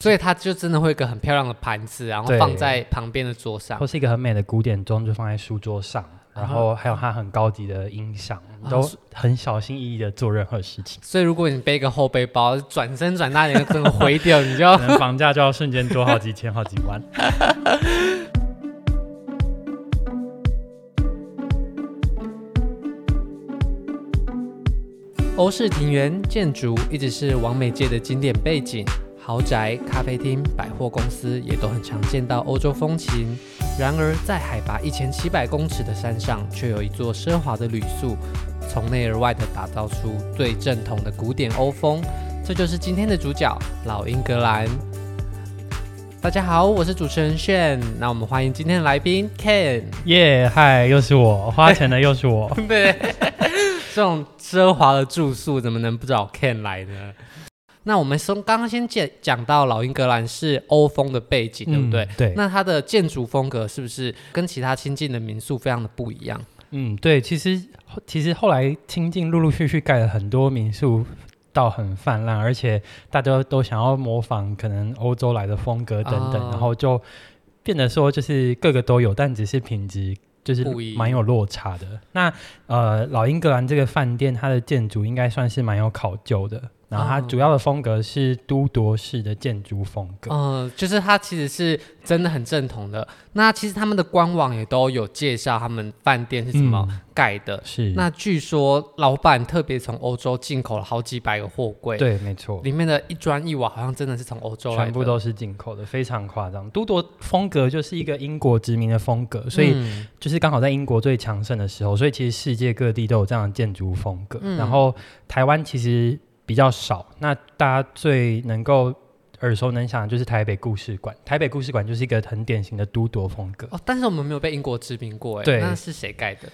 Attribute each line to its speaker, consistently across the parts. Speaker 1: 所以它就真的会有一个很漂亮的盘子，然后
Speaker 2: 对
Speaker 1: 放在旁边的桌上，
Speaker 2: 或。是一个很美的古典钟，就放在书桌上，然后还有它很高级的音响，你都很小心翼翼的做任何事情
Speaker 1: 所以如果你背一个后背包，转身转大点，真的毁掉，你就要
Speaker 2: 可能房价就要瞬间多好几千、好几万。
Speaker 1: 欧式庭园建筑一直是王美界的经典背景，豪宅、咖啡厅、百货公司也都很常见到欧洲风情。然而，在海拔一千七百公尺的山上，却有一座奢华的旅宿，从内而外的打造出最正统的古典欧风。这就是今天的主角——老英格兰。大家好，我是主持人炫，那我们欢迎今天的来宾 Ken。
Speaker 2: 耶，嗨，又是我，花钱的又是我。
Speaker 1: 对，这种奢华的住宿怎么能不找 Ken 来呢？那我们从刚刚先讲讲到老英格兰是欧风的背景，对不对？
Speaker 2: 嗯 对
Speaker 1: 那它的建筑风格是不是跟其他亲近的民宿非常的不一样？
Speaker 2: 嗯，对，其实其实后来清境陆陆续续盖了很多民宿，到很泛滥，而且大家都想要模仿可能欧洲来的风格等等，
Speaker 1: 哦
Speaker 2: 然后就变得说就是各个都有，但只是品质。就是
Speaker 1: 不一
Speaker 2: 蛮有落差的。那呃，老英格兰这个饭店，它的建筑应该算是蛮有考究的。然后它
Speaker 1: 哦
Speaker 2: 主要的风格是都铎式的建筑风格。
Speaker 1: 嗯、就是它其实是真的很正统的。那其实他们的官网也都有介绍他们饭店是怎么
Speaker 2: 嗯
Speaker 1: 盖的。
Speaker 2: 是
Speaker 1: 那据说老板特别从欧洲进口了好几百个货柜，，
Speaker 2: 对，没错。
Speaker 1: 里面的一砖一瓦好像真的是从欧洲来的，
Speaker 2: 全部都是进口的，非常夸张。都铎风格就是一个英国殖民的风格，所以
Speaker 1: 嗯
Speaker 2: 就是刚好在英国最强盛的时候，所以其实世界各地都有这样的建筑风格。
Speaker 1: 嗯
Speaker 2: 然后台湾其实比较少，那大家最能够耳熟能详的就是台北故事馆。台北故事馆就是一个很典型的都铎风格，
Speaker 1: 哦，但是我们没有被英国殖民过，哎，
Speaker 2: 对
Speaker 1: 那是谁盖的？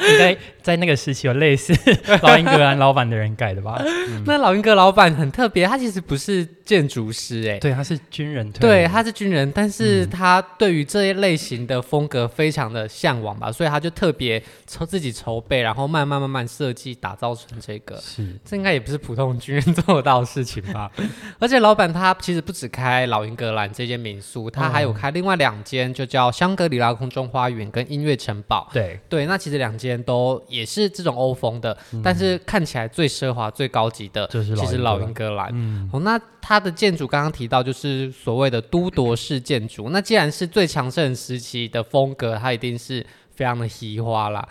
Speaker 2: 应该在那个时期有类似老英格兰老板的人盖 的吧？
Speaker 1: 那老英格老板很特别，他其实不是建筑师，哎，
Speaker 2: 对，他嗯是军人退
Speaker 1: 对，
Speaker 2: 伍
Speaker 1: 他是军人，但是他对于这一类型的风格非常的向往吧，所以他就特别筹自己筹备，然后慢慢慢慢设计打造成这个。
Speaker 2: 是
Speaker 1: 这应该也不是普通军人做得到的事情吧？ 而且老板他其实不只开老英格兰这间民宿，他还有
Speaker 2: 嗯
Speaker 1: 开另外两间，就叫香格里拉空中花园跟音乐城堡。
Speaker 2: 对。
Speaker 1: 对，那其实两间都也是这种欧风的，但是看起来最奢华、最高级的，
Speaker 2: 嗯就是
Speaker 1: 其
Speaker 2: 老
Speaker 1: 实
Speaker 2: 英
Speaker 1: 老
Speaker 2: 格兰
Speaker 1: 英格兰。
Speaker 2: 嗯，
Speaker 1: 哦，那它的建筑刚刚提到就是所谓的都铎式建筑，那既然是最强盛时期的风格，它一定是非常的奇花啦。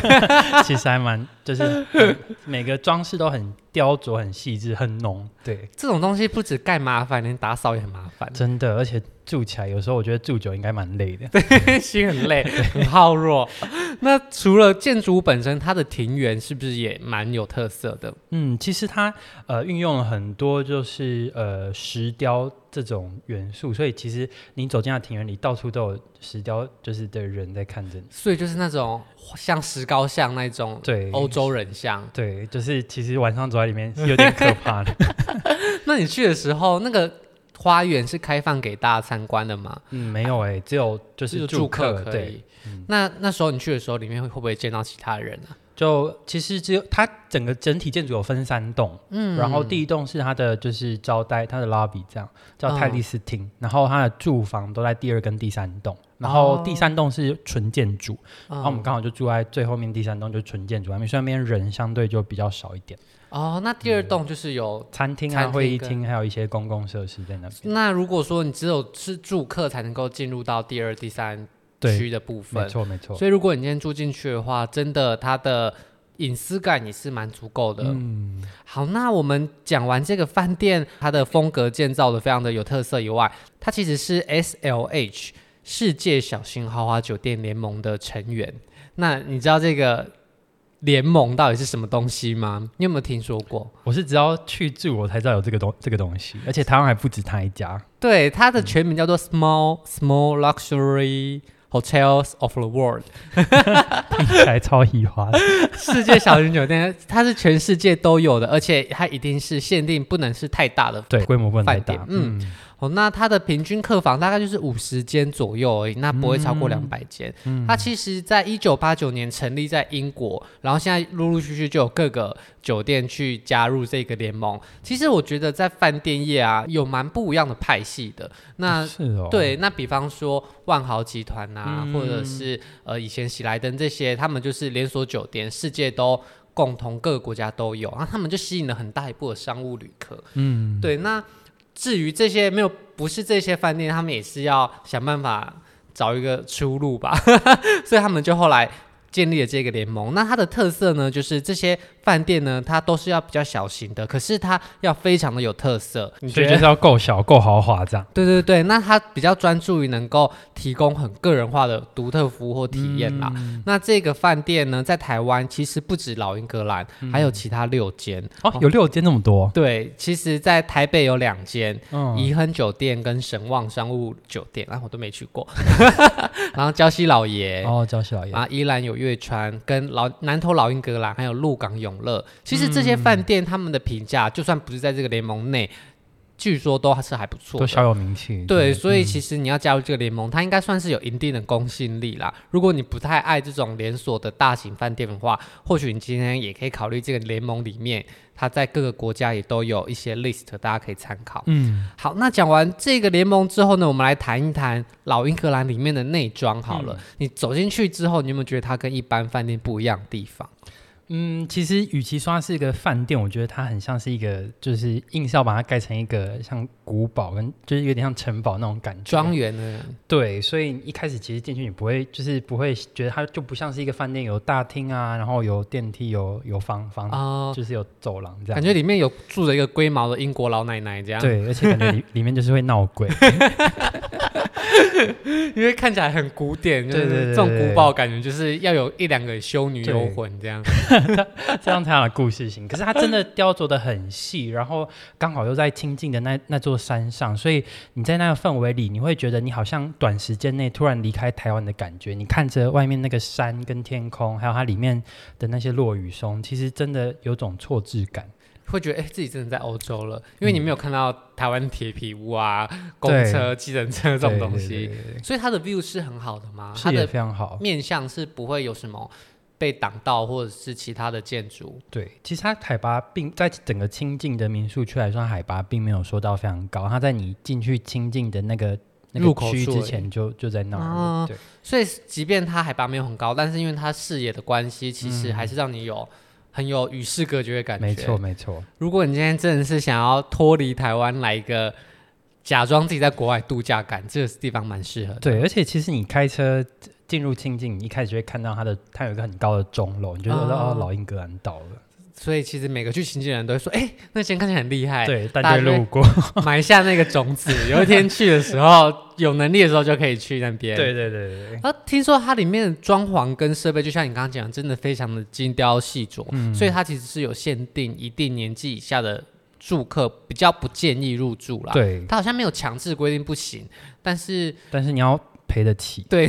Speaker 2: 其实还蛮，就是很每个装饰都很雕琢、很细致、很浓。对，
Speaker 1: 这种东西不止盖麻烦，连打扫也很麻 烦，
Speaker 2: 真的，而且住起来有时候我觉得住久应该蛮累的。
Speaker 1: 心很累，很耗弱。那除了建筑本身，它的庭园是不是也蛮有特色的？
Speaker 2: 嗯，其实它呃运用了很多就是呃石雕这种元素，所以其实你走进它庭院里，到处都有石雕就是的人在看着你。
Speaker 1: 所以就是那种像石膏像那种
Speaker 2: 对，
Speaker 1: 欧洲人像。
Speaker 2: 对，就是其实晚上走在里面是有点可 怕的。
Speaker 1: 那你去的时候，那个花园是开放给大家参观的吗？
Speaker 2: 嗯，没有哎、只有就
Speaker 1: 只有
Speaker 2: 是
Speaker 1: 住
Speaker 2: 客
Speaker 1: 可
Speaker 2: 对嗯
Speaker 1: 以。那那时候你去的时候，里面会会不会见到其他人啊？
Speaker 2: 就其实只有它整个整体建筑有分三栋，嗯，然后第一栋是它的就是招待它的 lobby 这样叫泰
Speaker 1: 嗯
Speaker 2: 利斯厅，然后它的住房都在第二跟第三栋，然
Speaker 1: 哦
Speaker 2: 后第三栋是纯建筑，
Speaker 1: 嗯
Speaker 2: 然啊后我们刚好就住在最后面第三栋就是纯建筑外面，虽然那边人相对就比较少一点，
Speaker 1: 哦，那第二栋就是有。
Speaker 2: 餐厅
Speaker 1: 餐
Speaker 2: 啊、
Speaker 1: 厅
Speaker 2: 会议
Speaker 1: 跟
Speaker 2: 厅还有一些公共设施在那边，
Speaker 1: 那如果说你只有是住客才能够进入到第二、第三
Speaker 2: 对
Speaker 1: 区的部
Speaker 2: 没
Speaker 1: 分，
Speaker 2: 错没错，
Speaker 1: 所以如果你今天住进去的话，真的它的隐私感也是蛮足够的。
Speaker 2: 嗯，
Speaker 1: 好，那我们讲完这个饭店，它的风格建造的非常的有特色以外，它其实是 SLH 世界小型豪华酒店联盟的成员。那你知道这个联盟到底是什么东西吗？你有没有听说过？
Speaker 2: 我是只要去住我才知道有这个东这个东西，而且台湾还不止它一家，
Speaker 1: 对，它的全名叫做 Small Small Luxury Hotels of the World
Speaker 2: 听起来超移花的。
Speaker 1: 世界小型酒店，它是全世界都有的，而且它一定是限定，不能是太大的。
Speaker 2: 对，规模不能太
Speaker 1: 饭店
Speaker 2: 大。
Speaker 1: 嗯，哦，那它的平均客房大概就是五十间左右而已，那不会超
Speaker 2: 嗯
Speaker 1: 过两百间。它其实在一九八九年成立在英国，然后现在陆陆续续就有各个酒店去加入这个联盟。其实我觉得在饭店业啊，有蛮不一样的派系的。那
Speaker 2: 是哦，，嗯
Speaker 1: 对，那比方说万豪集团啊，或者是呃以前喜来登这些，他们就是连锁酒店，世界都共同各个国家都有，然后他们就吸引了很大一部的商务旅客。
Speaker 2: 嗯，
Speaker 1: 对，那至于这些没有不是这些饭店，他们也是要想办法找一个出路吧， 所以他们就后来。建立了这个联盟，那它的特色呢，就是这些饭店呢，它都是要比较小型的，可是它要非常的有特色。你觉
Speaker 2: 所以
Speaker 1: 得
Speaker 2: 就是要够小、够豪华这样。
Speaker 1: 对对对，那它比较专注于能够提供很个人化的独特服务或体验啦。
Speaker 2: 嗯
Speaker 1: 那这个饭店呢，在台湾其实不止老英格兰，还
Speaker 2: 嗯
Speaker 1: 有其他六间。
Speaker 2: 哦，有六间那么多。
Speaker 1: 对，其实，在台北有两间，
Speaker 2: 嗯，
Speaker 1: 怡亨酒店跟神旺商务酒店，然、后我都没去过。 然后礁溪老爷，
Speaker 2: 哦，娇西老爷
Speaker 1: 啊，依然有月川跟老南投老英格兰，还有鹿港永乐。其实这些饭店他们的评价，就算不是在这个联盟内，据说都是还不错
Speaker 2: 都
Speaker 1: 的。
Speaker 2: 小有名气。
Speaker 1: 对，，所以其实你要加入这个联盟，它应该算是有一定的公信力啦。如果你不太爱这种连锁的大型饭店的话，或许你今天也可以考虑这个联盟里面，它在各个国家也都有一些 list，大家可以参考。
Speaker 2: 嗯，
Speaker 1: 好，那讲完这个联盟之后呢，我们来谈一谈老英格兰里面的内装好
Speaker 2: 嗯
Speaker 1: 了。你走进去之后，你有没有觉得它跟一般饭店不一样的地方？
Speaker 2: 嗯，其实与其说它是一个饭店，我觉得它很像是一个，就是硬是要把它盖成一个像古堡跟，就是有点像城堡那种感觉。
Speaker 1: 庄园呢？
Speaker 2: 对，所以一开始其实进去你不会，就是不会觉得它就不像是一个饭店，有大厅啊，然后有电梯，有有房房，
Speaker 1: 啊、
Speaker 2: 就是有走廊嗯这样。
Speaker 1: 感觉里面有住着一个龟毛的英国老奶奶这样。
Speaker 2: 对，而且感觉里 里面就是会闹鬼。
Speaker 1: 因为看起来很古典，就是
Speaker 2: 对对
Speaker 1: 这
Speaker 2: 对
Speaker 1: 种
Speaker 2: 对
Speaker 1: 古堡感觉，就是要有一两个修女
Speaker 2: 对
Speaker 1: 幽魂这样。
Speaker 2: 这样才有故事性。可是它真的雕琢的很细，然后刚好又在清静的那那座山上，所以你在那个氛围里，你会觉得你好像短时间内突然离开台湾的感觉。你看着外面那个山跟天空，还有它里面的那些落雨松，其实真的有种错置感。
Speaker 1: 会觉得哎、自己真的在欧洲了，因为你没有看到台湾铁皮屋啊、公车、计程车这种东西，
Speaker 2: 对，对对对
Speaker 1: 所以它的 view 是很好的嘛，它
Speaker 2: 视野
Speaker 1: 的
Speaker 2: 非常好。
Speaker 1: 面向是不会有什么被挡到或者是其他的建筑。
Speaker 2: 对，其实它海拔并在整个清境的民宿区来说，它海拔并没有说到非常高。它在你进去清境的那个那
Speaker 1: 入
Speaker 2: 个
Speaker 1: 口
Speaker 2: 区
Speaker 1: 处而
Speaker 2: 之
Speaker 1: 已
Speaker 2: 前就就在那儿了。
Speaker 1: 啊
Speaker 2: 对，
Speaker 1: 所以即便它海拔没有很高，但是因为它视野的关系，其实还是让你有。很有与世隔绝的感觉。
Speaker 2: 嗯没错，没错。
Speaker 1: 如果你今天真的是想要脱离台湾，来一个假装自己在国外度假感，这个地方蛮适合的。
Speaker 2: 对，而且其实你开车进入清境，你一开始就会看到它的，它有一个很高的钟楼，你就觉得
Speaker 1: 哦
Speaker 2: 哦，老英格兰到了。
Speaker 1: 所以其实每个去新西兰都会说，哎、那间看起来很厉害，
Speaker 2: 对，
Speaker 1: 哎大
Speaker 2: 但
Speaker 1: 家
Speaker 2: 就
Speaker 1: 就会
Speaker 2: 路过。
Speaker 1: 埋下那个种子，有一天去的时候，有能力的时候就可以去那边。。
Speaker 2: 对对对对对。
Speaker 1: 啊，听说它里面的装潢跟设备，就像你刚刚讲，真的非常的精雕细琢，
Speaker 2: 嗯
Speaker 1: 所以它其实是有限定一定年纪以下的住客比较不建议入住啦。，
Speaker 2: 对，
Speaker 1: 它好像没有强制规定不行，但是
Speaker 2: 但是你要赔得起。
Speaker 1: 对。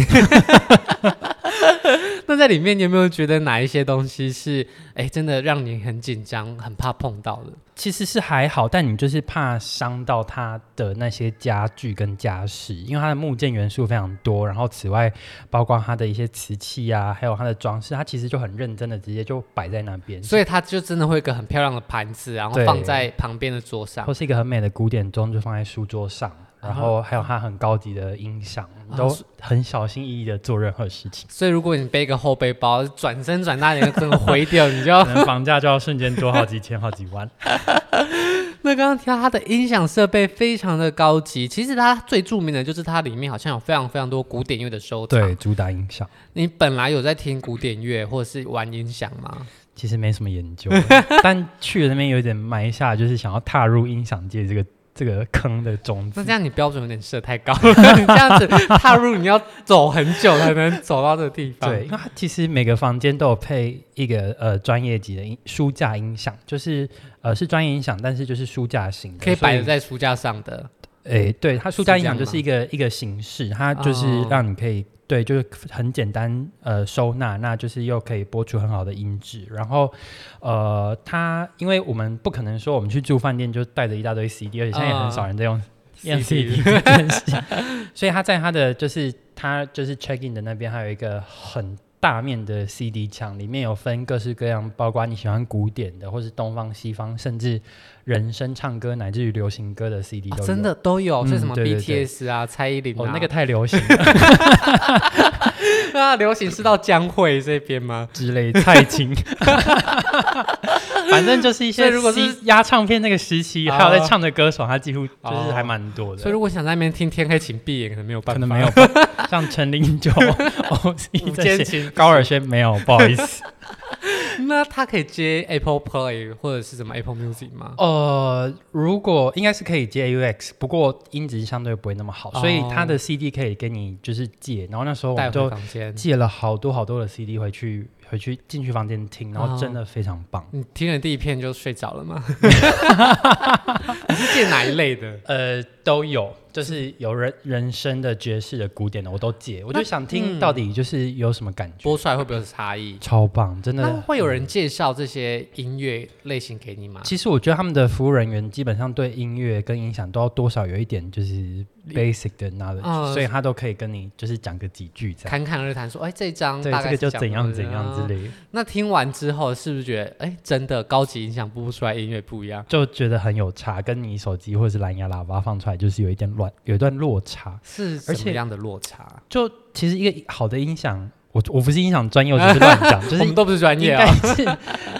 Speaker 1: 那在里面，你有没有觉得哪一些东西是哎、真的让你很紧张、很怕碰到的？
Speaker 2: 其实是还好，但你就是怕伤到它的那些家具跟家饰，因为它的木件元素非常多，然后此外包括它的一些瓷器啊，还有它的装饰，它其实就很认真的直接就摆在那边，
Speaker 1: 所以它就真的会有一个很漂亮的盘子，然后
Speaker 2: 嗯对
Speaker 1: 放在旁边的桌上
Speaker 2: 或，是一个很美的古典钟就放在书桌上，然后还有它很高级的音响，
Speaker 1: 啊，
Speaker 2: 都很小心翼翼的做任何事情
Speaker 1: 所以如果你背个后背包，转身转那里就真的灰掉，你 就要。
Speaker 2: 可能房价就要瞬间多好几千、好几 万。
Speaker 1: 那刚刚提到它的音响设备非常的高级，其实它最著名的就是它里面好像有非常非常多古典乐的收藏。
Speaker 2: 对，，主打音响，
Speaker 1: 你本来有在听古典乐或者是玩音响吗？
Speaker 2: 其实没什么研 究，但去了那边有点埋下，就是想要踏入音响界这个这个坑的种
Speaker 1: 那
Speaker 2: 子
Speaker 1: 这。样你标准有点设太高了， 你这样子踏入你要走很久才能走到这个地方。
Speaker 2: 对，因为它其实每个房间都有配一个呃专业级的音书架音响，就是呃是专业音响，但是就是书架型的，
Speaker 1: 可以摆
Speaker 2: 所
Speaker 1: 在书架上的。
Speaker 2: 诶，对，它
Speaker 1: 是
Speaker 2: 书架音
Speaker 1: 这样
Speaker 2: 响就是
Speaker 1: 吗
Speaker 2: 一个一个形式，它就是
Speaker 1: 哦
Speaker 2: 让你可以对，就是很简单呃收纳，那就是又可以播出很好的音质。然后呃，它因为我们不可能说我们去住饭店就带着一大堆 CD，而且现在也
Speaker 1: 哦
Speaker 2: 很少人在用 CD 这件事， 所以它在它的就是它就是 check in 的那边还有一个很。大面的 CD 墙里面有分各式各样，包括你喜欢古典的，或是东方、西方，甚至人声唱歌，乃至于流行歌的 CD 都有、
Speaker 1: 哦真的都有，
Speaker 2: 嗯
Speaker 1: 是什么
Speaker 2: 对对对
Speaker 1: BTS 啊、蔡依林啊，
Speaker 2: 哦， 那个太流行了
Speaker 1: 那啊流行是到江蕙这边吗？
Speaker 2: 之类，蔡 琴，反正就是一啊
Speaker 1: 所
Speaker 2: 些
Speaker 1: 以如果是
Speaker 2: 西压唱片那个时期，
Speaker 1: 哦
Speaker 2: 还有在唱的歌手，他几乎就是
Speaker 1: 哦
Speaker 2: 还蛮多的。
Speaker 1: 所以如果想在那边听《天黑请闭眼》，可能没有办
Speaker 2: 可
Speaker 1: 法，
Speaker 2: 能 没有吧， 像陈琳九、OC
Speaker 1: 午
Speaker 2: 这
Speaker 1: 间
Speaker 2: 些，
Speaker 1: 情。
Speaker 2: 高尔宣没 有，不好意思。
Speaker 1: 那他可以接 Apple Play 或者是什么 Apple Music 吗？
Speaker 2: 呃，如果应该是可以接 AUX，不过音质相对不会那么好，所以它的 CD 可以给你就是借。然后那时候我
Speaker 1: 带
Speaker 2: 们
Speaker 1: 回
Speaker 2: 哦就
Speaker 1: 房间。
Speaker 2: 借了好多好多的 CD 回去，回去进去房间听，然后真的非常棒。
Speaker 1: 你听了第一片就睡着了 吗？ 你是借哪一类的？
Speaker 2: 呃，都有，就是有人人声的、爵士的、古典的，我都借。我就想
Speaker 1: 嗯
Speaker 2: 听到底就是有什么感觉，
Speaker 1: 播出来会不会有差异？
Speaker 2: 超棒，真
Speaker 1: 那
Speaker 2: 的。
Speaker 1: 会有人介绍这些音乐类型给你吗？
Speaker 2: 其实我觉得他们的服务人员基本上对音乐跟音响都要多少有一点就是 basic 的 knowledge，、
Speaker 1: 啊
Speaker 2: 所以他都可以跟你就是讲个几句这样。
Speaker 1: 侃侃而谈说，哎，这一张
Speaker 2: 对，
Speaker 1: 大
Speaker 2: 这
Speaker 1: 概
Speaker 2: 个
Speaker 1: 是
Speaker 2: 就
Speaker 1: 讲嗯
Speaker 2: 怎样
Speaker 1: 什
Speaker 2: 怎
Speaker 1: 么
Speaker 2: 样之。类的，
Speaker 1: 那听完之后，是不是觉得，哎，真的高级音响播出来音乐不一样？
Speaker 2: 就觉得很有差，跟你手机或者是蓝牙喇叭放出来就是有一点乱，有一段落差。
Speaker 1: 是什
Speaker 2: 而
Speaker 1: 么
Speaker 2: 且
Speaker 1: 样的落差？
Speaker 2: 就其实一个好的音响，我我不是音响专业，我只是 乱讲，就
Speaker 1: 我
Speaker 2: 是
Speaker 1: 们都不是专业
Speaker 2: 应
Speaker 1: 啊
Speaker 2: 该。是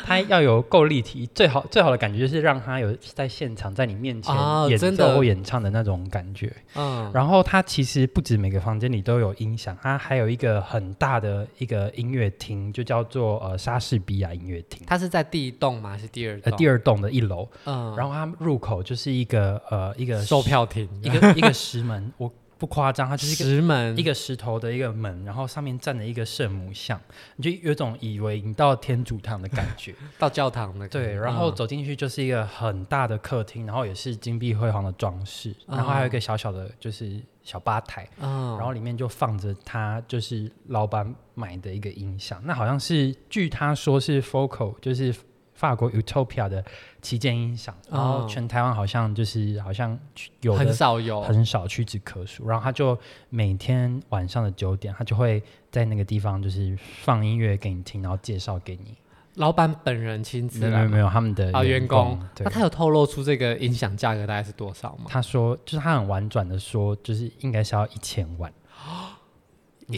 Speaker 2: 它要有够立体，最好最好的感觉就是让它有在现场在你面前
Speaker 1: 啊
Speaker 2: 演
Speaker 1: 真
Speaker 2: 奏
Speaker 1: 的
Speaker 2: 或演唱的那种感觉。
Speaker 1: 嗯，
Speaker 2: 然后它其实不止每个房间里都有音响，它还有一个很大的一个音乐厅，就叫做呃莎士比亚音乐厅，
Speaker 1: 它是在第一栋吗？还是第二
Speaker 2: 呃
Speaker 1: 栋？
Speaker 2: 第二栋的一楼。
Speaker 1: 哦嗯，
Speaker 2: 然后它入口就是一个呃一个
Speaker 1: 售票亭，
Speaker 2: 一个一个石门，我不夸
Speaker 1: 啊
Speaker 2: 张，它就是一个。
Speaker 1: 石门
Speaker 2: 一个石头的一个门，然后上面站着一个圣母像，你就有种以为你到天主堂的感觉。
Speaker 1: 到教堂的，
Speaker 2: 对，然
Speaker 1: 嗯
Speaker 2: 后走进去就是一个很大的客厅，然后也是金碧辉煌的装饰，
Speaker 1: 嗯
Speaker 2: 然后还有一个小小的就是小吧台，
Speaker 1: 嗯，
Speaker 2: 然后里面就放着他就是老板买的一个音响，那好像是据他说是 Focal，就是法国 Utopia 的旗舰音响，然后
Speaker 1: 哦
Speaker 2: 全台湾好像就是好像有的
Speaker 1: 很少有，
Speaker 2: 很少屈指可数，然后他就每天晚上的九点，他就会在那个地方就是放音乐给你听，然后介绍给你。
Speaker 1: 老板本人亲自
Speaker 2: 没有没
Speaker 1: 来
Speaker 2: 有
Speaker 1: 吗
Speaker 2: 没有，他们的
Speaker 1: 啊员工
Speaker 2: 工，嗯对
Speaker 1: 那他有透露出这个音响价格大概是多少吗？
Speaker 2: 他说就是他很婉转的说，就是应该是要一千万。你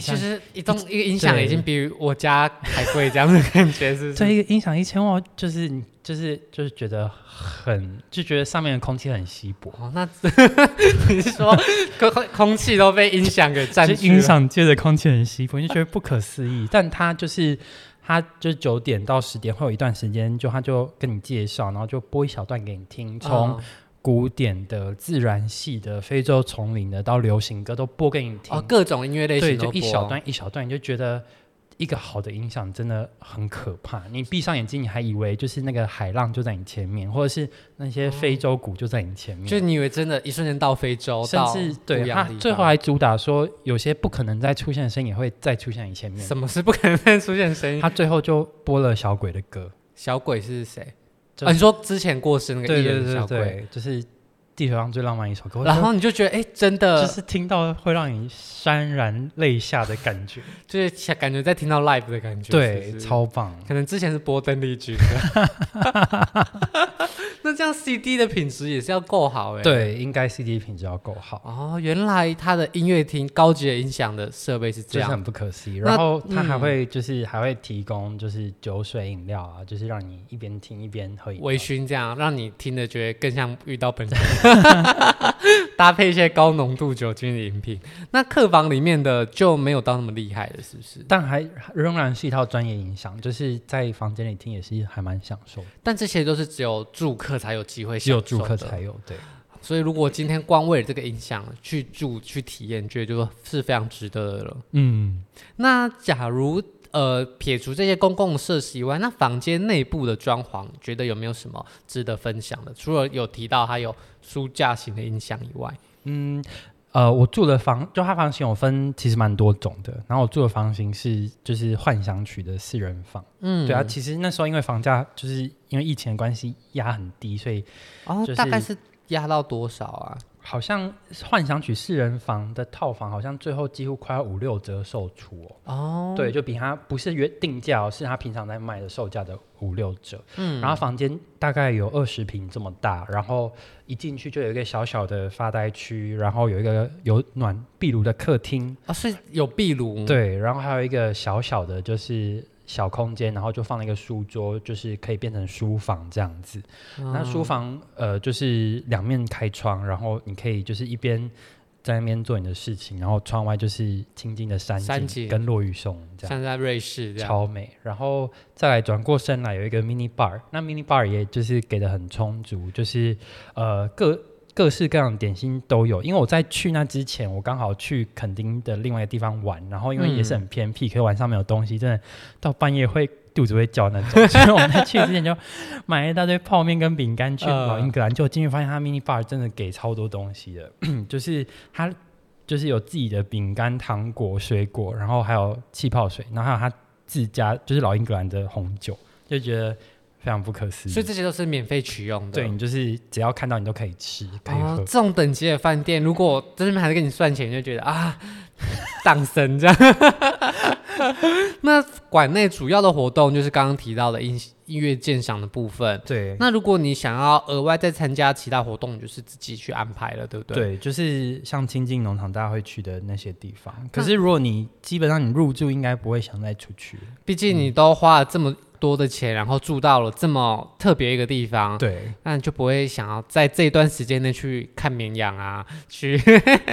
Speaker 1: 哦其
Speaker 2: 像
Speaker 1: 实一栋一个音响已经比我家还贵，这样的感觉是不
Speaker 2: 这
Speaker 1: 是？
Speaker 2: 一个音响一千万，就是你就是就是觉得很就觉得上面的空气很稀薄，
Speaker 1: 哦，那 你是说空空空气都被音响给占
Speaker 2: 就
Speaker 1: 据
Speaker 2: 音
Speaker 1: 了？
Speaker 2: 响界的空气很稀薄，你就觉得不可 思议。但他就是，他就九点到十点会有一段时间，就他就跟你介绍，然后就播一小段给你听，从
Speaker 1: 嗯
Speaker 2: 古典的、自然系的、非洲丛林的到流行歌都播给你听。
Speaker 1: 哦各种音乐类
Speaker 2: 对，
Speaker 1: 型都
Speaker 2: 就一
Speaker 1: 播
Speaker 2: 小段一小段，你就觉得一个好的音响真的很可怕。你闭上眼睛，你还以为就是那个海浪就在你前面，或者是那些非洲鼓就在你前面。
Speaker 1: 嗯就你以为真的，一瞬间到非洲，
Speaker 2: 甚
Speaker 1: 到
Speaker 2: 至
Speaker 1: 不
Speaker 2: 对
Speaker 1: 一
Speaker 2: 他
Speaker 1: 样的地
Speaker 2: 最后
Speaker 1: 方
Speaker 2: 还主打说，有些不可能再出现的声音也会再出现在你前面。
Speaker 1: 什么是不可能再出现的声音？
Speaker 2: 他最后就播了小鬼的歌，
Speaker 1: 小鬼是谁？
Speaker 2: 就
Speaker 1: 啊，你说之前过世那个
Speaker 2: 对
Speaker 1: 艺
Speaker 2: 对
Speaker 1: 人
Speaker 2: 对
Speaker 1: 小鬼，
Speaker 2: 对，就是地球上最浪漫一首歌。我
Speaker 1: 然
Speaker 2: 觉
Speaker 1: 后你就觉得哎，真
Speaker 2: 得
Speaker 1: 的
Speaker 2: 就是听到会让你潸然泪下的感 觉，
Speaker 1: 就是想感觉在听到 live 的感觉，是
Speaker 2: 对，
Speaker 1: 不是
Speaker 2: 超棒。
Speaker 1: 可能之前是播邓丽君的。 那这样 CD 的品质也是要够好哎、，
Speaker 2: 对，应该 CD 品质要够好，
Speaker 1: 哦，原来他的音乐厅高级的音响的设备是这
Speaker 2: 就是
Speaker 1: 样。
Speaker 2: 很不可思议。
Speaker 1: 那
Speaker 2: 然后他还
Speaker 1: 嗯
Speaker 2: 会就是还会提供就是酒水饮料啊，就是让你一边听一边喝饮料
Speaker 1: 微醺这样让你听的觉得更像遇到 本人，搭配一些高浓度酒精的饮品。那客房里面的就没有到那么厉害了，是不是？
Speaker 2: 但还仍然是一套专业音响，就是在房间里听也是还蛮享受的，
Speaker 1: 但这些都是只有住客才有机会，
Speaker 2: 只有住客才。有。对，
Speaker 1: 所以如果今天光为了这个音响去住去体验，觉得就是非常值得的了。
Speaker 2: 嗯，
Speaker 1: 那假如呃撇除这些公共设施以外，那房间内部的装潢，你觉得有没有什么值得分享的？除了有提到它有书架型的音响以外，
Speaker 2: 嗯，呃，我住的房就它房型有分，其实蛮多种的。然后我住的房型是就是幻想曲的四人房，
Speaker 1: 嗯，
Speaker 2: 对啊。其实那时候因为房价就是因为疫情的关系压很低，所以
Speaker 1: 哦，
Speaker 2: 就是
Speaker 1: 大概是压到多少啊？
Speaker 2: 好像幻想曲四人房的套房好像最后几乎快要五六折售出哦。
Speaker 1: 哦，
Speaker 2: 对，就比它不是原定价、哦，是它平常在卖的售价的五六折。
Speaker 1: 嗯
Speaker 2: 然后房间大概有二十平这么大，然后一进去就有一个小小的发呆区，然后有一个有暖壁炉的客厅，
Speaker 1: 啊，是有壁炉，，
Speaker 2: 对，然后还有一个小小的就是小空间，然后就放了一个书桌，就是可以变成书房这样子。
Speaker 1: 嗯
Speaker 2: 那书房呃就是两面开窗，然后你可以就是一边。在那边做你的事情，然后窗外就是清静的山景
Speaker 1: 山景
Speaker 2: 跟落雨松这样。
Speaker 1: 像在瑞士这样，
Speaker 2: 超美。然后再来转过身来有一个 mini bar，那 mini bar 也就是给的很充足，就是呃各各式各样的点心都有。因为我在去那之前，我刚好去垦丁的另外一个地方玩，然后因为也
Speaker 1: 嗯
Speaker 2: 是很偏僻，可是晚上没有东西，真的到半夜会。肚子会叫那种， 所以我们在去之前就买了一大堆泡面跟饼干去
Speaker 1: 呃
Speaker 2: 老英格兰，就进去发现它 mini bar 真的给超多东西的， 就是它就是有自己的饼干、糖果、水果，然后还有气泡水，然后还有他自家就是老英格兰的红酒，就觉得非常不可思
Speaker 1: 所以
Speaker 2: 议。
Speaker 1: 这些都是免费取用的。
Speaker 2: 对你就是只要看到你都可以吃，可以
Speaker 1: 哦，
Speaker 2: 喝。
Speaker 1: 这种等级的饭店，如果我在这边还在跟你算钱，你就觉得啊， 当生这样。 那馆内主要的活动就是刚刚提到的音音乐鉴赏的部分。
Speaker 2: 对
Speaker 1: 那如果你想要额外再参加其他活动，你就是自己去安排了，对不对？，
Speaker 2: 对，就是像亲近农场大家会去的那些地方。可是如果你基本上你入住，应该不会想再出去。
Speaker 1: 毕竟你都花了这么多的钱，然后住到了这么特别一个地方，
Speaker 2: 对，
Speaker 1: 那你就不会想要在这段时间内去看绵羊啊，去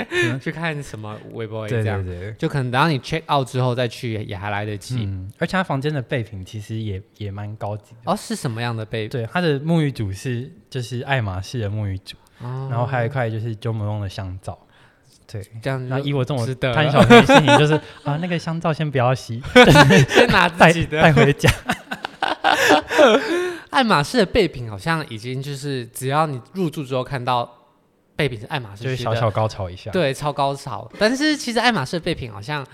Speaker 2: 嗯
Speaker 1: 去看什么微博这
Speaker 2: 对
Speaker 1: 样
Speaker 2: 对。对。
Speaker 1: 就可能等到你 check out 之后再去也也还来得及。
Speaker 2: 嗯，而且他房间的备品其实也也蛮高级的。
Speaker 1: 哦，是什么样的被？
Speaker 2: 对，他的沐浴组是就是爱马仕的沐浴组，
Speaker 1: 哦，
Speaker 2: 然后还有一块就是周慕用的香皂。对，
Speaker 1: 这样
Speaker 2: 那
Speaker 1: 就
Speaker 2: 以我这
Speaker 1: 值
Speaker 2: 种
Speaker 1: 得
Speaker 2: 贪
Speaker 1: 了
Speaker 2: 小便宜心情，就是啊，那个香皂先不要洗，
Speaker 1: 先拿
Speaker 2: 带
Speaker 1: 自己 的
Speaker 2: 带回家。
Speaker 1: 爱马仕的备品，好像已经就是只要你入住之后看到备品是爱马仕
Speaker 2: 就是
Speaker 1: 区
Speaker 2: 小
Speaker 1: 的
Speaker 2: 小高潮一下。，
Speaker 1: 对超高潮。但是其实爱马仕的备品好像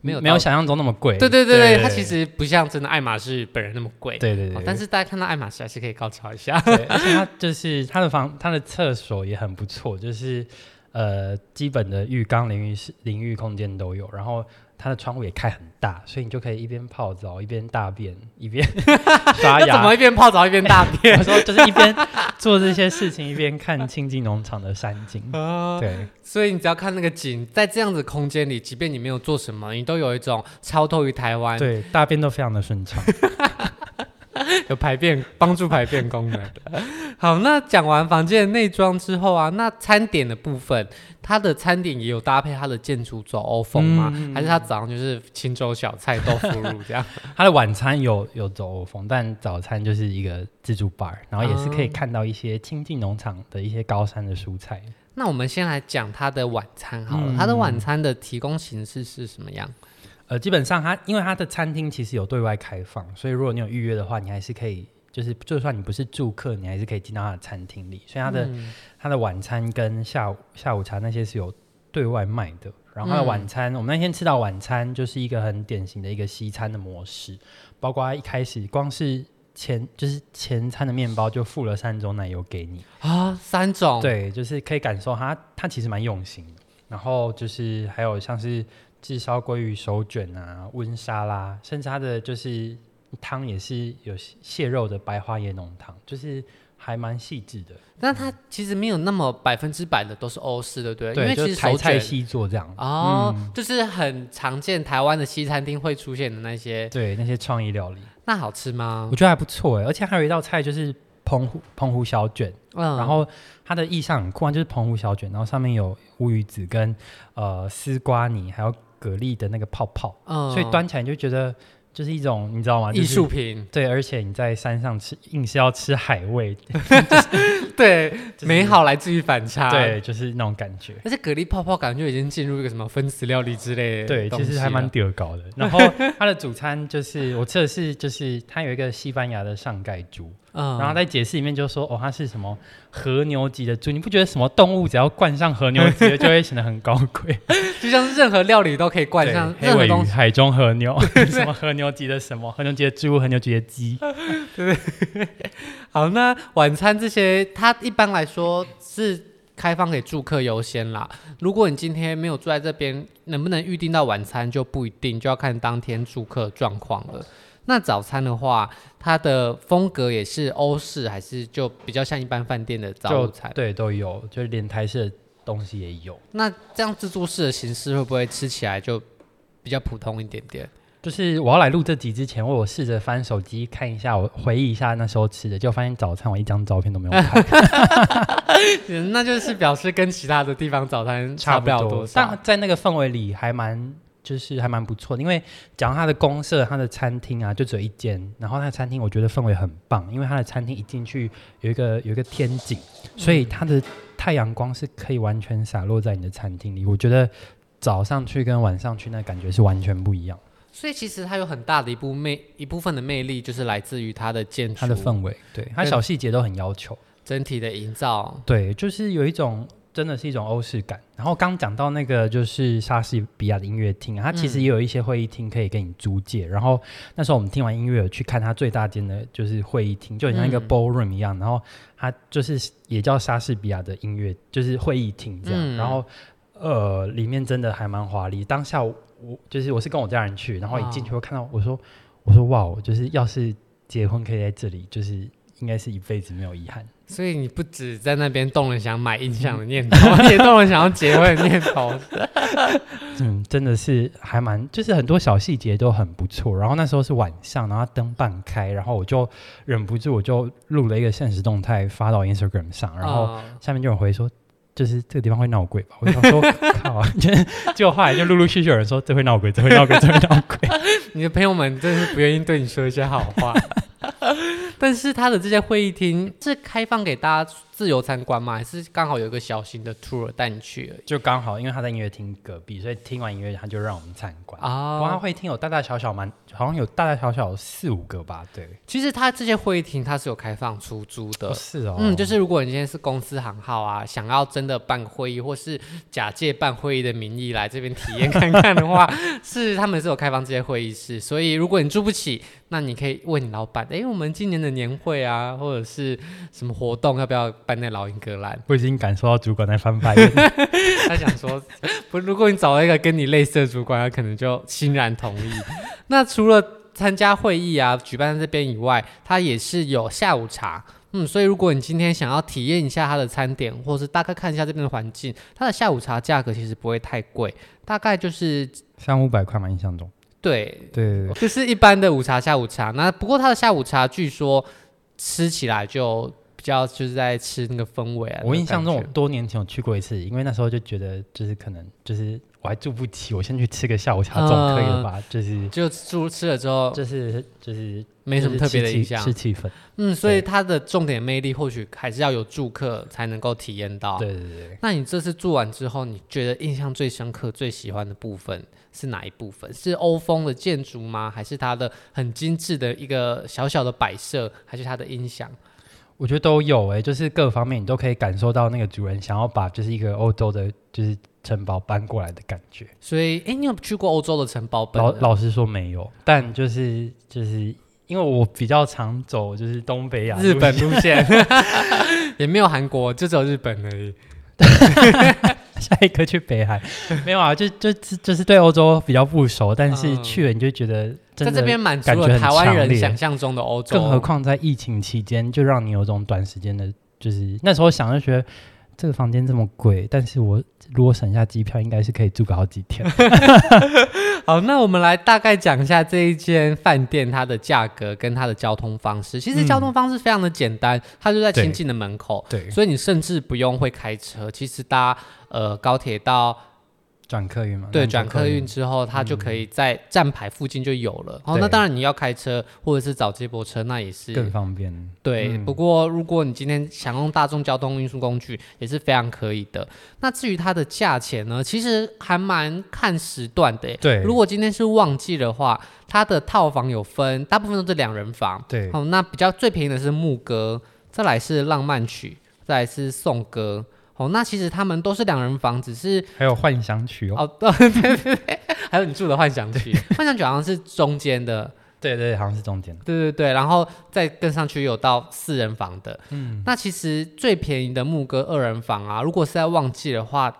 Speaker 1: 没有
Speaker 2: 没有
Speaker 1: 到
Speaker 2: 想象中那么贵。
Speaker 1: 对对对对，它其实不像真的爱马仕本人那么贵。
Speaker 2: 对对
Speaker 1: 哦
Speaker 2: 对，
Speaker 1: 但
Speaker 2: 是
Speaker 1: 是大家看到爱马仕还是可以高潮一 下。
Speaker 2: 而且它就是它的房，它的厕所也很不错，就是呃基本的浴缸、淋浴室、淋浴空间都有，然后。它的窗户也开很大，所以你就可以一边泡澡一边大便 一边刷
Speaker 1: 那怎
Speaker 2: 牙。
Speaker 1: 么一边泡澡一边大便
Speaker 2: 我？说就是一边做这些事情，一边看亲近农场的山景。
Speaker 1: 啊
Speaker 2: 对，
Speaker 1: 所以你只要看那个景，在这样子空间里，即便你没有做什么，你都有一种超脱于台湾，
Speaker 2: 对，大便都非常的顺畅。
Speaker 1: 有排便帮助排便功能。好，那讲完房间的内装之后啊，那餐点的部分，它的餐点也有搭配它的建筑走欧风吗？
Speaker 2: 嗯
Speaker 1: 还是它早上就是青州小菜、豆腐乳这样？
Speaker 2: 它的晚餐有有走欧风，但早餐就是一个自助 bar，然后也是可以看到一些亲近农场的一些高山的蔬菜。
Speaker 1: 那我们先来讲它的晚餐好了，
Speaker 2: 嗯
Speaker 1: 它的晚餐的提供形式是什么样？
Speaker 2: 呃，基本上它因为它的餐厅其实有对外开放，所以如果你有预约的话，你还是可以，就是就算你不是住客，你还是可以进到它的餐厅里。所以它的、
Speaker 1: 嗯
Speaker 2: 它的晚餐跟下午下午茶那些是有对外卖的。
Speaker 1: 嗯
Speaker 2: 然后它的晚餐，我们那天吃到晚餐就是一个很典型的一个西餐的模式，包括一开始光是前就是前餐的面包就附了三种奶油给你。
Speaker 1: 啊，三种，
Speaker 2: 对，就是可以感受它，它其实蛮用心的。然后就是还有像是炙烧鲑鱼手卷啊、温沙拉，甚至它的就是汤也是有蟹肉的白花椰浓汤，就是还蛮细致的。
Speaker 1: 但它其实没有那么百分之百的都是欧式，对不对？因
Speaker 2: 对，
Speaker 1: 为
Speaker 2: 就
Speaker 1: 其
Speaker 2: 是
Speaker 1: 实
Speaker 2: 台
Speaker 1: 手
Speaker 2: 菜嗯
Speaker 1: 卷
Speaker 2: 西做这样。
Speaker 1: 哦，就是很常见台湾的西餐厅会出现的那些，
Speaker 2: 对，那些创意料理，
Speaker 1: 那好吃吗
Speaker 2: 我？觉得还不错哎。而且还有一道菜就是澎湖澎湖小卷，
Speaker 1: 嗯，
Speaker 2: 然后它的意象很酷啊，就是澎湖小卷，然后上面有乌鱼子跟呃丝瓜泥，还有蛤蜊的那个泡泡。
Speaker 1: 嗯
Speaker 2: 所以端起来你就觉得就是一种你知道吗？
Speaker 1: 艺
Speaker 2: 就
Speaker 1: 术
Speaker 2: 是
Speaker 1: 品，
Speaker 2: 对，而且你在山上吃，硬是要吃海味，
Speaker 1: 对，
Speaker 2: 是
Speaker 1: 美好啊来自于反差，。
Speaker 2: 对，就是那种感觉。
Speaker 1: 而且蛤蜊泡泡感觉已经进入一个什么分子料理之类的
Speaker 2: 对，
Speaker 1: 东西啊
Speaker 2: 其
Speaker 1: 了，
Speaker 2: 实还蛮屌高的。然后它的主餐就是我吃的是，就是它有一个西班牙的上盖猪，
Speaker 1: 嗯，
Speaker 2: 然后在解释里面就说哦，它是什么和牛级的猪，你不觉得什么动物只要冠上和牛级的就会显得很高贵？
Speaker 1: 就像是任何料理都可以 冠上
Speaker 2: 对
Speaker 1: 任
Speaker 2: 黑
Speaker 1: 何
Speaker 2: 尾鱼、
Speaker 1: 东西，
Speaker 2: 海中和牛， 什么和牛级的什么，和牛级的猪、和牛级的鸡，
Speaker 1: 好，那晚餐这些，它一般来说是开放给住客优先啦。如果你今天没有住在这边，能不能预定到晚餐就不一定，就要看当天住客状况了。那早餐的话，它的风格也是欧式，还是就比较像一般饭店的早
Speaker 2: 就
Speaker 1: 午餐？
Speaker 2: 对都有，就是连台式的东西也有。
Speaker 1: 那这样自助式的形式会不会吃起来就比较普通一点点？
Speaker 2: 就是我要来录这集之前，我有试着翻手机看一下，我回忆一下那时候吃的，就发现早餐我一张照片都没有拍，
Speaker 1: 嗯那就是表示跟其他的地方早餐差不
Speaker 2: 不
Speaker 1: 了
Speaker 2: 多。
Speaker 1: 少
Speaker 2: 但。在那个氛围里还蛮。就是还蛮不错的，因为讲到它的公社，它的餐厅啊，就只有一间，然后它的餐厅我觉得氛围很棒，因为它的餐厅一进去有一个有一个天井，所以它的太阳光是可以完全洒落在你的餐厅里。我觉得早上去跟晚上去那感觉是完全不一样，
Speaker 1: 所以其实它有很大的一部魅一部分的魅力，就是来自于它的建筑、
Speaker 2: 它的氛围，对它
Speaker 1: 对
Speaker 2: 小细节都很要求。
Speaker 1: 整体的营造。
Speaker 2: 对，就是有一种真的是一种欧式感。然后刚讲到那个就是莎士比亚的音乐厅啊，它
Speaker 1: 嗯
Speaker 2: 其实也有一些会议厅可以给你租借。然后那时候我们听完音乐有去看它最大间的就是会议厅，就很像一个
Speaker 1: 嗯
Speaker 2: ballroom 一样。然后它就是也叫莎士比亚的音乐，就是会议厅这样。
Speaker 1: 嗯
Speaker 2: 然后呃，里面真的还蛮华丽。当下我我就是我是跟我家人去，然后一进
Speaker 1: 哦
Speaker 2: 去我看到我说我说哇，我就是要是结婚可以在这里，就是应该是一辈子没有遗憾。
Speaker 1: 所以你不止在那边动了想买印象的念头， 你也动了想要结婚的念头。
Speaker 2: 嗯，真的是还蛮，就是很多小细节都很不错。然后那时候是晚上，然后灯半开，然后我就忍不住，我就录了一个现实动态发到 Instagram 上， 然后
Speaker 1: 嗯
Speaker 2: 下面就有人回说，就是这个地方会闹鬼吧？我想说， 靠、啊，就是结果后来就陆陆续续有人说这会闹鬼，这会闹鬼，这会闹鬼。
Speaker 1: 你的朋友们真是不愿意对你说一些好话。但是它的这些会议厅是开放给大家自由参观吗？还是刚好有一个小型的 tour 带你去而已？
Speaker 2: 就刚好因为他在音乐厅隔壁，所以听完音乐他就让我们参观。啊
Speaker 1: 啊、
Speaker 2: 光他会厅有大大小小蛮，好像有大大小小四五个吧，对，
Speaker 1: 其实它这些会议厅它是有开放出租的，
Speaker 2: 哦是哦，
Speaker 1: 嗯，就是如果你今天是公司行号啊，想要真的办会议，或是假借办会议的名义来这边体验看看的话，是他们是有开放这些会议室，所以如果你住不起，那你可以问你老板，诶，我们今年的年会啊，或者是什么活动，要不要办在老英格兰？
Speaker 2: 我已经感受到主管在翻白眼。
Speaker 1: 他想说，不，如果你找到一个跟你类似的主管，他可能就欣然同意。 那除了参加会议啊，举办在这边以外，他也是有下午茶。嗯，所以如果你今天想要体验一下它的餐点，或是大概看一下这边的环境，它的下午茶价格其实不会太贵，大概就是
Speaker 2: 三五百块嘛，印象中。
Speaker 1: 对，
Speaker 2: 对对
Speaker 1: 就是一般的午茶、下午茶。那不过它的下午茶据说吃起来就比较就是在吃那个氛围啊。
Speaker 2: 我
Speaker 1: 那
Speaker 2: 印
Speaker 1: 个
Speaker 2: 象
Speaker 1: 感
Speaker 2: 中我
Speaker 1: 觉
Speaker 2: 多年前有去过一次，因为那时候就觉得就是可能就是我还住不起，我先去吃个下午茶总可以了吧？就是
Speaker 1: 就吃吃了之后
Speaker 2: 就是就是
Speaker 1: 哦没什么特别的
Speaker 2: 就是
Speaker 1: 印
Speaker 2: 吃气
Speaker 1: 象，
Speaker 2: 吃气氛。
Speaker 1: 嗯，所以
Speaker 2: 对
Speaker 1: 它的重点魅力或许还是要有住客才能够体验到。，
Speaker 2: 对对对，
Speaker 1: 那你这次住完之后，你觉得印象最深刻、最喜欢的部分是哪一部分？是欧风的建筑吗？还是它的很精致的一个小小的摆设？还是它的音响？
Speaker 2: 我觉得都有哎、就是各方面你都可以感受到那个主人想要把就是一个欧洲的就是城堡搬过来的感觉。
Speaker 1: 所以，哎诶，你有去过欧洲的城堡本
Speaker 2: 老
Speaker 1: 人？
Speaker 2: 老实说没有，但就是就是因为我比较常走就是东北亚路
Speaker 1: 日
Speaker 2: 线，
Speaker 1: 本路线 也没有韩国，就只有日本而已。
Speaker 2: 下一个去北海， 没有啊，就就就就是对欧洲比较不熟，但是
Speaker 1: 嗯
Speaker 2: 去了你就觉得
Speaker 1: 在
Speaker 2: 真
Speaker 1: 这
Speaker 2: 的，
Speaker 1: 边满足
Speaker 2: 感觉
Speaker 1: 了
Speaker 2: 很
Speaker 1: 台湾
Speaker 2: 强
Speaker 1: 人
Speaker 2: 烈
Speaker 1: 想象中的欧洲，
Speaker 2: 更何况在疫情期间，就让你有种短时间的，就是那时候想就觉得这个房间这么贵，但是我如果省下机票，应该是可以住个好几天。
Speaker 1: 好，那我们来大概讲一下这一间饭店它的价格跟它的交通方式。
Speaker 2: 嗯
Speaker 1: 其实交通方式非常的简单，它就在
Speaker 2: 对
Speaker 1: 亲近的门口，
Speaker 2: 对
Speaker 1: 所以你甚至不用会开车。其实搭呃高铁到
Speaker 2: 转客运嘛，
Speaker 1: 对，
Speaker 2: 南投
Speaker 1: 转客运之后，它就可以在站牌附近就有了。哦，那
Speaker 2: 对
Speaker 1: 当然你要开车或者是找接驳车，那也是
Speaker 2: 更方便。
Speaker 1: 对，
Speaker 2: 嗯
Speaker 1: 不过如果你今天想用大众交通运输工具，也是非常可以的。那至于它的价钱呢，其实还蛮看时段的耶。
Speaker 2: 对
Speaker 1: 如果今天是旺季的话，它的套房有分，大部分都是两人房。
Speaker 2: 对，
Speaker 1: 好、那比较最便宜的是牧歌，再来是浪漫曲，再来是颂歌。哦，那其实他们都是两人房，只是
Speaker 2: 还有幻想曲哦，
Speaker 1: 哦， 对对对，还有你住的幻想 曲，幻想曲好像是中间的，
Speaker 2: 对对，好像是中间的，
Speaker 1: 对对对，然后再跟上去有到四人房的，嗯，那其实最便宜的牧歌二人房啊，如果是在旺季的话，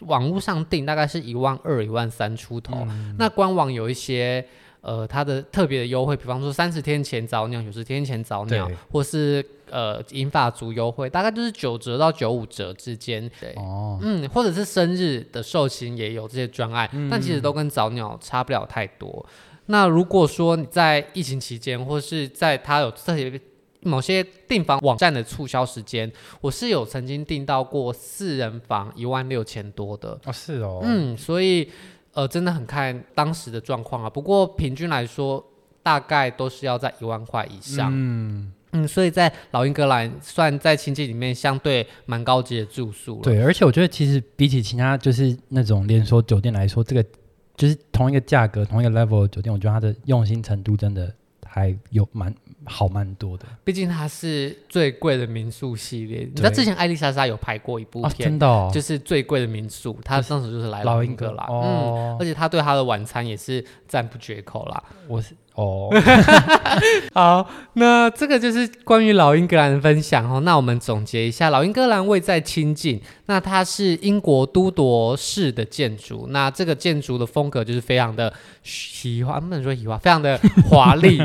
Speaker 1: 网络上订大概是一万二、一万三出头，那官网有一些。呃，它的特别的优惠，比方说三十天前早鸟、九十天前早鸟
Speaker 2: 对，
Speaker 1: 或是呃银发族优惠，大概就是九折到九五折之间。对，
Speaker 2: 哦，
Speaker 1: 嗯，或者是生日的寿星也有这些专案，
Speaker 2: 嗯
Speaker 1: 但其实都跟早鸟差不了太多。那如果说你在疫情期间，或是在它有这些某些订房网站的促销时间，我是有曾经订到过四人房一万六千多的，
Speaker 2: 哦是哦，
Speaker 1: 嗯，所以呃真的很看当时的状况啊。不过平均来说，大概都是要在一万块以上。
Speaker 2: 嗯，
Speaker 1: 嗯，所以在老英格兰算在亲戚里面相对蛮高级的住宿了。
Speaker 2: 对，而且我觉得其实比起其他就是那种连锁酒店来说，这个就是同一个价格、同一个 level 的酒店，我觉得它的用心程度真的还有蛮好蛮多的
Speaker 1: 毕竟它是最贵的民宿系列。你知
Speaker 2: 对
Speaker 1: 道之前艾丽莎莎有拍过一部
Speaker 2: 哦，
Speaker 1: 片，
Speaker 2: 真的哦，
Speaker 1: 就是最贵的民宿，她当时就是来
Speaker 2: 老
Speaker 1: 英
Speaker 2: 英
Speaker 1: 格
Speaker 2: 格
Speaker 1: 兰，嗯，
Speaker 2: 哦
Speaker 1: 而，且她对她的晚餐也是赞不绝口啦。
Speaker 2: 我是哦，
Speaker 1: 好，那这个就是关于老英格兰的分享哦。那我们总结一下，老英格兰位在清近，那它是英国都铎式的建筑，那这个建筑的风格就是非常的奇花，不能说奇花，非常的华丽。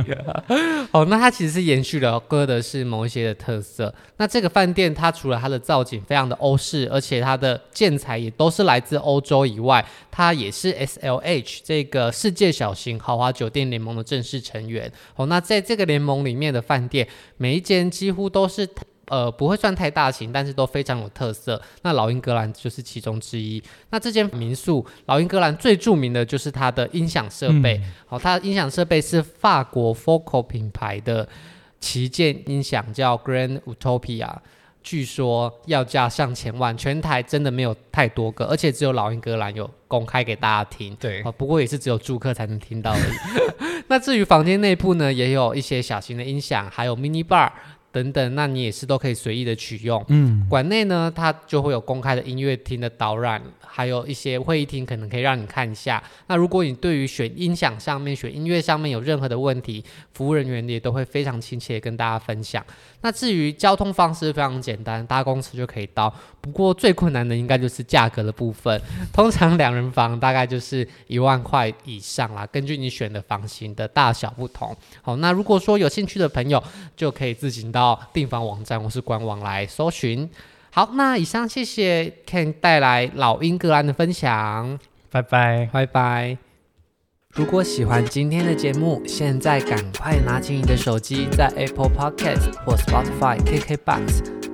Speaker 1: 哦，那它其实是延续了哥德式某一些的特色。那这个饭店它除了它的造景非常的欧式，而且它的建材也都是来自欧洲以外，它也是 SLH 这个世界小型豪华酒店联盟的正式成员。哦，那在这个联盟里面的饭店，每一间几乎都是呃不会算太大型，但是都非常有特色。那老英格兰就是其中之一。那这间民宿，老英格兰最著名的就是它的音响 设备。
Speaker 2: 嗯
Speaker 1: 好、它的音响设备是法国 Focal 品牌的旗舰音响，叫 Grand Utopia。据说要价上千万，全台真的没有太多个，而且只有老英格兰有公开给大家听。
Speaker 2: 对
Speaker 1: 哦，不过也是只有住客才能听到而已。 那至于房间内部呢，也有一些小型的音响，还有 mini bar 等等，那你也是都可以随意的取用。
Speaker 2: 嗯，
Speaker 1: 馆内呢，它就会有公开的音乐厅的导览，还有一些会议厅，可能可以让你看一下。那如果你对于选音响上面、选音乐上面有任何的问题，服务人员也都会非常亲切地跟大家分享。那至于交通方式非常简单，搭公车就可以到。不过最困难的应该就是价格的部分，通常两人房大概就是一万块以上啦，根据你选的房型的大小不同。好，那如果说有兴趣的朋友，就可以自行到订房网站或是官网来搜寻。好，那以上谢谢 Ken 带来老英格兰的分享，
Speaker 2: 拜拜。
Speaker 1: 拜拜。如果喜欢今天的节目，现在赶快拿起你的手机，在 Apple Podcast 或 Spotify、KKBox